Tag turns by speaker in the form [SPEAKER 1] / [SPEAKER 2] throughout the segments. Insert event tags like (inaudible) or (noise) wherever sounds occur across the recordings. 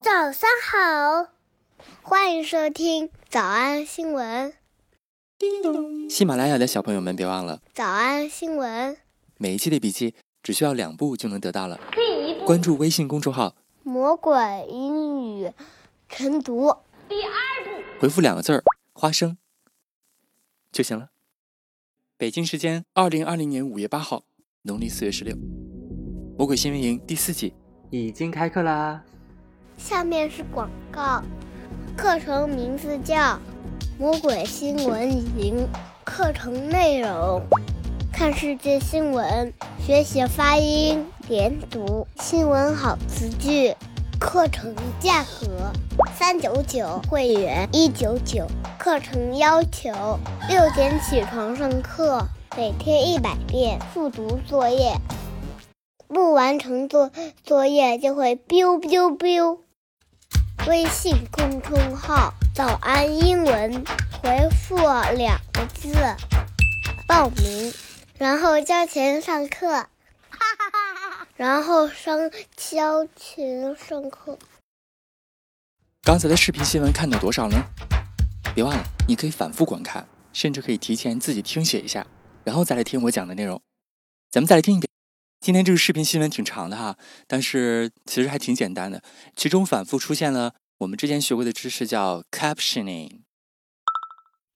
[SPEAKER 1] 早上好，欢迎收听早安新闻。
[SPEAKER 2] 喜马拉雅的小朋友们，别忘了
[SPEAKER 1] 早安新闻，
[SPEAKER 2] 每一期的笔记只需要两步就能得到了。关注微信公众号，
[SPEAKER 1] 魔鬼英语晨读。
[SPEAKER 2] 回复两个字儿“花生”就行了。北京时间二零二零年五月八号，农历四月十六，魔鬼新闻营第四季已经开课啦！
[SPEAKER 1] 下面是广告，课程名字叫《魔鬼新闻营》，课程内容：看世界新闻，学习发音、连读、新闻好词句。课程价格三九九，会员一九九。课程要求六点起床上课，每天一百遍复读作业，不完成作作业就会 biu biu biu。微信公众号“早安英文”，回复两个字报名，然后交钱上
[SPEAKER 2] (laughs)
[SPEAKER 1] 课，然后上交钱上课。
[SPEAKER 2] 刚才的视频新闻看到多少呢？别忘了，你可以反复观看，甚至可以提前自己听写一下，然后再来听我讲的内容。咱们再来听一遍。今天这个视频新闻挺长的哈，但是其实还挺简单的。其中反复出现了我们之前学过的知识，叫 captioning。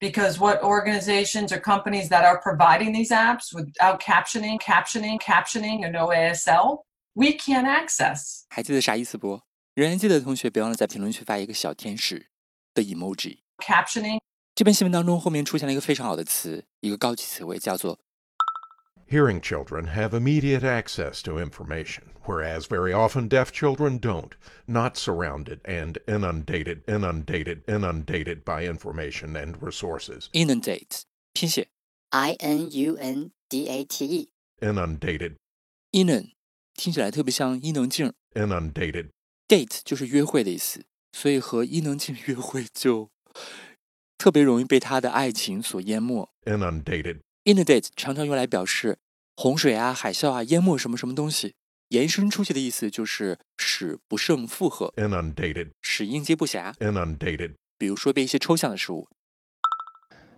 [SPEAKER 3] because what organizations or companies that are providing these apps without captioning, captioning, captioning, and no ASL, we can't access.
[SPEAKER 2] 还记得啥意思不？仍然记得的同学，别忘了在评论区发一个小天使的 emoji。
[SPEAKER 3] Captioning
[SPEAKER 2] 这篇新闻当中后面出现了一个非常好的词，一个高级词汇，叫做
[SPEAKER 4] Hearing children have immediate access to information, whereas very often deaf children don't, not surrounded and inundated, inundated, inundated by information and resources,
[SPEAKER 2] inundate，拼写
[SPEAKER 5] I N U N D A T E.
[SPEAKER 4] inundated,
[SPEAKER 2] inun，听起来特别像伊能静。
[SPEAKER 4] inundated,
[SPEAKER 2] date 就是约会的意思，所以和伊能静约会就特别容易被他的爱情所淹没。
[SPEAKER 4] inundated,
[SPEAKER 2] inundate 常常用来表示洪水啊、海啸啊淹没什么什么东西，延伸出去的意思就是使不胜负荷，
[SPEAKER 4] inundated,
[SPEAKER 2] 使应接不暇。
[SPEAKER 4] inundated,
[SPEAKER 2] 比如说被一些抽象的事物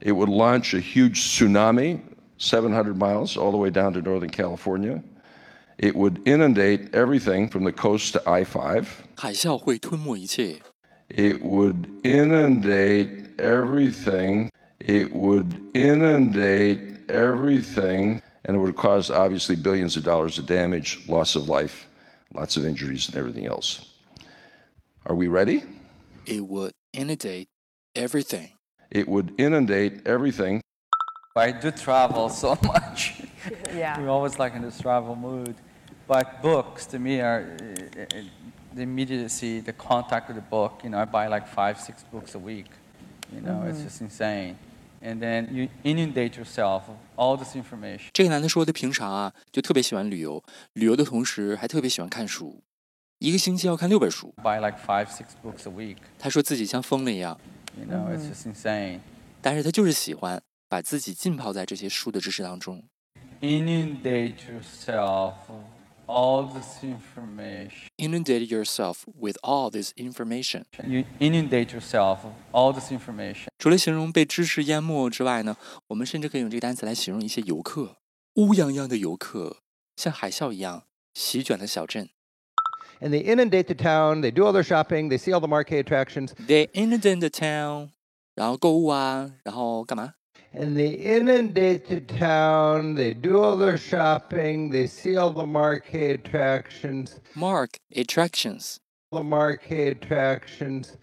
[SPEAKER 6] It would launch a huge tsunami 700 miles all the way down to Northern California. It would inundate everything from the coast to I 5.
[SPEAKER 2] 海啸会吞没一切，
[SPEAKER 6] It would inundate everything. It would inundate everything. And it would cause, obviously, billions of dollars of damage, loss of life, lots of injuries, and everything else. Are we ready?
[SPEAKER 2] it would inundate everything。
[SPEAKER 6] It would inundate everything
[SPEAKER 7] I do travel so (laughs) much.
[SPEAKER 3] Yeah.
[SPEAKER 7] We're always like in this travel mood. But books to me are uh, uh, the immediacy, the contact with the book. You know, I buy like five, six books a week. You know, it's just insane. And then you inundate yourself of all this information.
[SPEAKER 2] 这个男的说他平常啊就特别喜欢旅游，旅游的同时还特别喜欢看书，一个星期要看六本书。
[SPEAKER 7] Buy like five, six books a week.
[SPEAKER 2] 他说自己像疯了一样，
[SPEAKER 7] You know, it's just insane.
[SPEAKER 2] 但是他就是喜欢把自己浸泡在这些书的知识当中。
[SPEAKER 7] Inundate yourself of all this information.
[SPEAKER 2] Inundate yourself with all this information。
[SPEAKER 7] You inundate yourself of all this information.
[SPEAKER 2] 除了形容被知识淹没之外呢，我们甚至可以用这个单词来形容一些游客，乌泱泱的游客，像海啸一样席卷了小镇。
[SPEAKER 8] and they inundate the town. They do all their shopping. They see all the marquee attractions,
[SPEAKER 2] They inundate the town，然后购物啊，然后干嘛？
[SPEAKER 8] and they inundate the town. They do all their shopping. They see all the marquee attractions.
[SPEAKER 2] Mark attractions。
[SPEAKER 8] all The marquee attractions.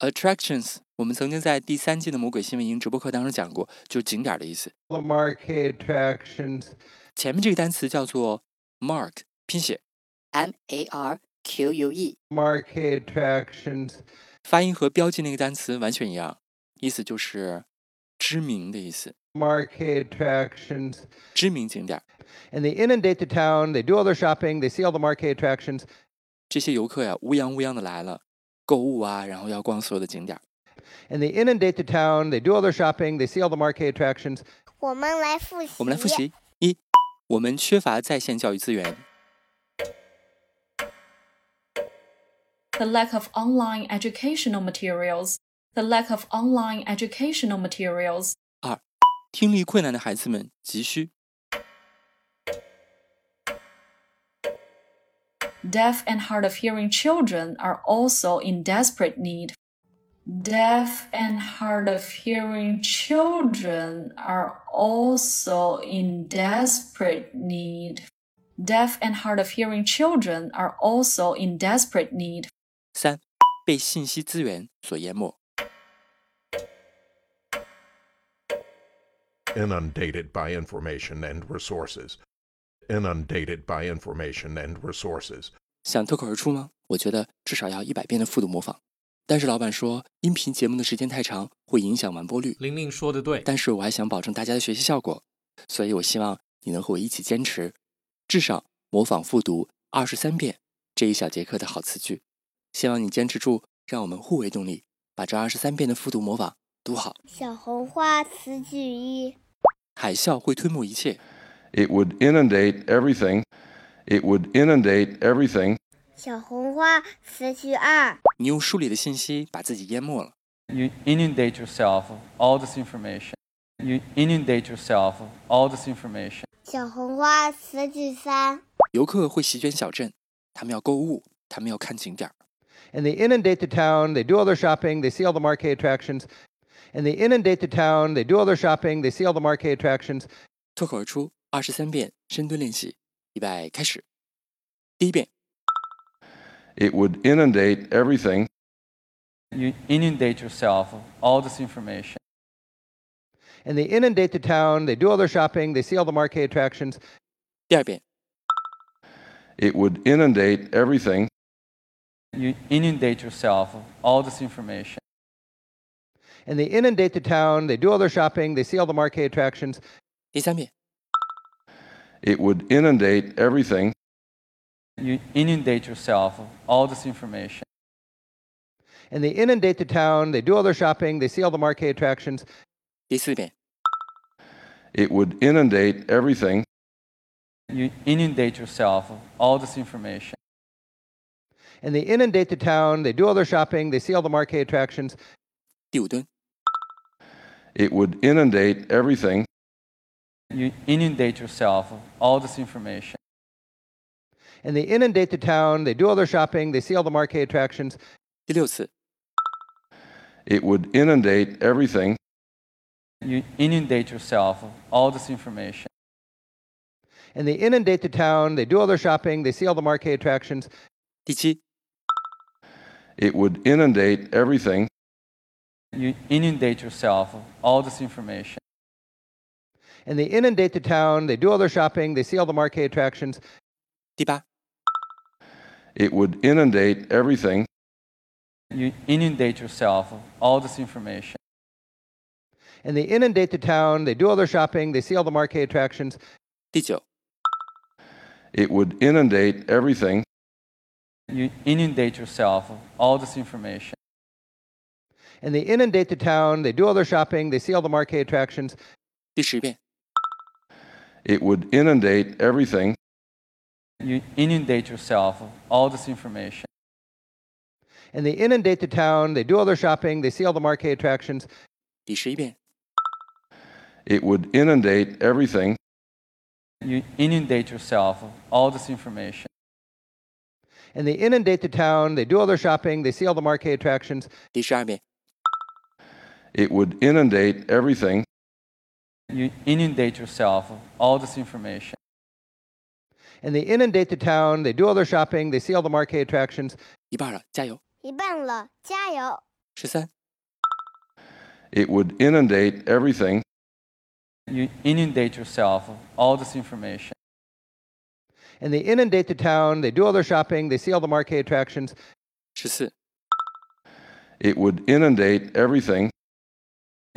[SPEAKER 2] Attractions，我们曾经在第三季的魔鬼新闻营直播课当中讲过，就是景点儿的意思。
[SPEAKER 8] all The marquee attractions.
[SPEAKER 2] 前面这个单词叫做 mark，拼写
[SPEAKER 5] M A R Q U E.
[SPEAKER 8] Marquee attractions.
[SPEAKER 2] 发音和标记那个单词完全一样，意思就是知名的意思，
[SPEAKER 8] Marquee attractions.
[SPEAKER 2] 知名景点儿。
[SPEAKER 8] And they inundate the town. They do all their shopping. They see all the marquee attractions,
[SPEAKER 2] 这些游客呀，乌泱乌泱的来了，购物啊，然后要逛所有的景点儿。
[SPEAKER 8] and they inundate the town. They do all their shopping. They see all the marquee attractions.
[SPEAKER 1] 我们来复习，
[SPEAKER 2] 我们来复。习：一，我们缺乏在线教育资源；
[SPEAKER 9] the lack of online educational materials, the lack of online educational materials,
[SPEAKER 2] 听力困难的孩子们急需
[SPEAKER 9] deaf and hard of hearing children are also in desperate need. Deaf and hard of hearing children are also in desperate need. Deaf and hard of hearing children are also in desperate need.
[SPEAKER 2] 三被信息资源所淹没。
[SPEAKER 4] inundated by information and resources, inundated by information and resources,
[SPEAKER 2] 想脱口而出吗？我觉得至少要一百遍的复读模仿。但是老板说，音频节目的时间太长，会影响完播率。
[SPEAKER 10] 玲玲说的对，
[SPEAKER 2] 但是我还想保证大家的学习效果，所以我希望你能和我一起坚持，至少模仿复读二十三遍这一小节课的好词句。希望你坚持住，让我们互为动力，把这二十三遍的复读模仿读好。
[SPEAKER 1] 小红花词句一，
[SPEAKER 2] 海啸会吞没一切，
[SPEAKER 6] It would inundate everything. It would inundate everything.
[SPEAKER 1] 小红花词句二，
[SPEAKER 2] 你用书里的信息把自己淹没了。
[SPEAKER 7] You inundate yourself of all this information. You inundate yourself of all this information.
[SPEAKER 1] 小红花词句三，
[SPEAKER 2] 游客会席卷小镇，他们要购物，他们要看景点儿。
[SPEAKER 8] And they inundate the town, they do all their shopping, they see all the marquee attractions. And they inundate the town, they do all their shopping, they see all the marquee attractions.
[SPEAKER 2] 脱口而出二十三遍深蹲练习，预备开始。第一遍，
[SPEAKER 6] It would inundate everything.
[SPEAKER 7] You inundate yourself of all this information.
[SPEAKER 8] And they inundate the town, they do all their shopping, they see all the marquee attractions.
[SPEAKER 2] 第二遍，
[SPEAKER 6] It would inundate everything.
[SPEAKER 7] You inundate yourself of all this information.
[SPEAKER 8] And they inundate the town, they do all their shopping, they see all the marquee attractions.
[SPEAKER 2] 第三遍，
[SPEAKER 6] It would inundate everything.
[SPEAKER 7] You inundate yourself of all this information.
[SPEAKER 8] And they inundate the town, they do all their shopping, they see all the marquee attractions.
[SPEAKER 2] 第四遍，
[SPEAKER 6] It would inundate everything.
[SPEAKER 7] You inundate yourself of all this information.
[SPEAKER 8] And they inundate the town, they do all their shopping, they see all the marquee attractions.
[SPEAKER 2] 第五蹲，
[SPEAKER 6] It would inundate everything.
[SPEAKER 7] You inundate yourself of all this information.
[SPEAKER 8] And they inundate the town, they do all their shopping, they see all the marquee attractions.
[SPEAKER 2] 第六次，
[SPEAKER 6] It would inundate everything.
[SPEAKER 7] You inundate yourself of all this information.
[SPEAKER 8] And they inundate the town, they do all their shopping, they see all the marquee attractions.
[SPEAKER 2] 第七，
[SPEAKER 6] It would inundate everything.
[SPEAKER 7] You inundate yourself of all this information.
[SPEAKER 8] and they inundate the town. They do all their shopping. They see all the marquee attractions,
[SPEAKER 2] 第八，
[SPEAKER 6] It would inundate everything.
[SPEAKER 7] You inundate yourself of all this information.
[SPEAKER 8] and they inundate the town. They do all their shopping. They see all the marquee attractions,
[SPEAKER 2] 第九，
[SPEAKER 6] It would inundate everything.
[SPEAKER 7] You inundate yourself of all this information.
[SPEAKER 8] and they inundate the town. They do all their shopping. They see all the marquee attractions,
[SPEAKER 2] 第十遍，
[SPEAKER 6] It would inundate everything.
[SPEAKER 7] You inundate yourself of all this information.
[SPEAKER 8] and they inundate the town. They do all their shopping. They see all the marquee attractions,
[SPEAKER 2] 第十一遍，
[SPEAKER 6] It would inundate everything.
[SPEAKER 7] You inundate yourself of all this information.
[SPEAKER 8] and they inundate the town. They do all their shopping. They see all the marquee attractions,
[SPEAKER 2] 第十二遍，
[SPEAKER 6] It would inundate everything.
[SPEAKER 7] You inundate yourself of all this information.
[SPEAKER 8] and they inundate the town. They do all their shopping. They see all the marquee attractions,
[SPEAKER 2] 一半了，加油！
[SPEAKER 1] 一半了，加油！
[SPEAKER 2] 十三、
[SPEAKER 6] It would inundate everything.
[SPEAKER 7] You inundate yourself of all this information.
[SPEAKER 8] and they inundate the town. They do all their shopping. They see all the marquee attractions,
[SPEAKER 2] 十四、
[SPEAKER 6] It would inundate everything.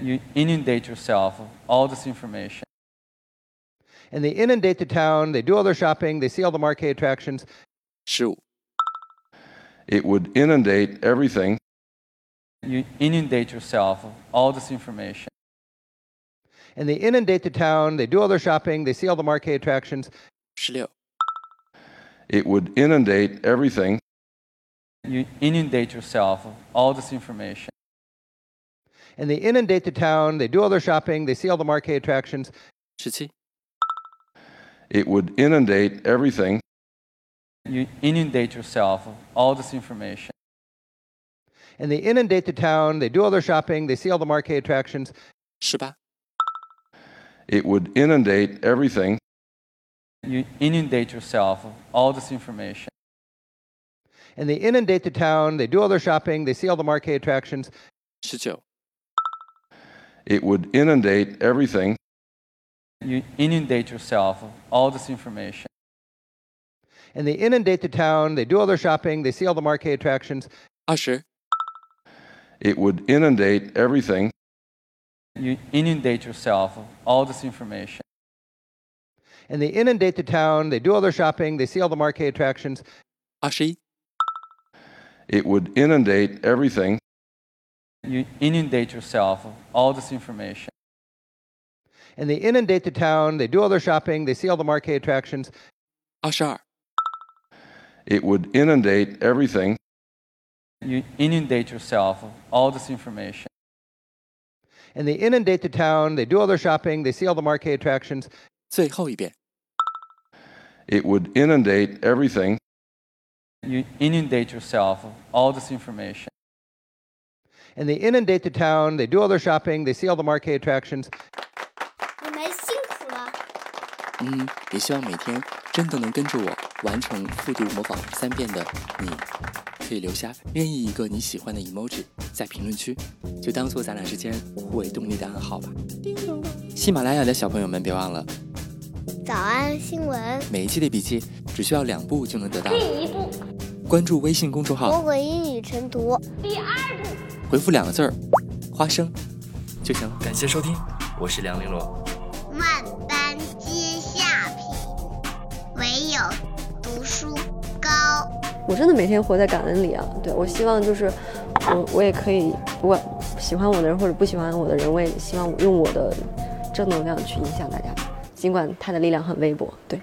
[SPEAKER 7] You inundate yourself of all this information.
[SPEAKER 8] and they inundate the town. They do all their shopping. They see all the marquee attractions,
[SPEAKER 2] 十五、
[SPEAKER 6] It would inundate everything.
[SPEAKER 7] You inundate yourself of all this information.
[SPEAKER 8] and they inundate the town. They do all their shopping. They see all the marquee attractions,
[SPEAKER 2] 十六、
[SPEAKER 6] It would inundate everything.
[SPEAKER 7] you inundate yourself of all this information.
[SPEAKER 8] And they inundate the town. They do all their shopping. They see all the marquee attractions.
[SPEAKER 2] 十七、
[SPEAKER 6] It would inundate everything.
[SPEAKER 7] You inundate yourself of all this information.
[SPEAKER 8] And they inundate the town. They do all their shopping. They see all the marquee attractions.
[SPEAKER 2] 十八、
[SPEAKER 6] It would inundate everything.
[SPEAKER 7] You inundate yourself of all this information.
[SPEAKER 8] And they inundate the town. They do all their shopping. They see all the marquee attractions.
[SPEAKER 2] 十九、
[SPEAKER 6] It would inundate everything.
[SPEAKER 7] You inundate yourself of all this information.
[SPEAKER 8] And they inundate the town. They do all their shopping. They see all the marquee attractions.
[SPEAKER 2] 二十、
[SPEAKER 6] It would inundate everything.
[SPEAKER 7] You inundate yourself of all this information.
[SPEAKER 8] And they inundate the town. They do all their shopping. They see all the marquee attractions.
[SPEAKER 2] 二十一、
[SPEAKER 6] It would inundate everything.
[SPEAKER 7] You inundate yourself of all this information.
[SPEAKER 8] And they inundate the town. They do all their shopping. They see all the marquee attractions.
[SPEAKER 2] 二十二、
[SPEAKER 6] It would inundate everything.
[SPEAKER 7] You inundate yourself of all this information.
[SPEAKER 8] And they inundate the town. They do all their shopping. They see all the marquee attractions.
[SPEAKER 2] 最后一遍。
[SPEAKER 6] It would inundate everything.
[SPEAKER 7] You inundate yourself of all this information.
[SPEAKER 8] And they inundate the town. They do all their shopping. They see all the marquee attractions.
[SPEAKER 1] 你们辛苦了。
[SPEAKER 2] 嗯，也希望每天真的能跟着我完成复读模仿三遍的你，可以留下任意一个你喜欢的 emoji 在评论区，就当做咱俩之间互为动力的暗号吧。喜马拉雅的小朋友们，别忘了
[SPEAKER 1] 早安新闻，
[SPEAKER 2] 每一期的笔记只需要两步就能得到。
[SPEAKER 10] 第一步，
[SPEAKER 2] 关注微信公众
[SPEAKER 1] 魔
[SPEAKER 2] 号，
[SPEAKER 1] 鬼英语晨读。
[SPEAKER 10] 第二步，
[SPEAKER 2] 回复两个字儿“花生”就行了。感谢收听，我是梁玲珑。
[SPEAKER 10] 万般皆下品，唯有读书高。
[SPEAKER 11] 我真的每天活在感恩里啊。对我希望就是我我也可以，不管喜欢我的人或者不喜欢我的人，我也希望用我的正能量去影响大家，尽管他的力量很微薄。对。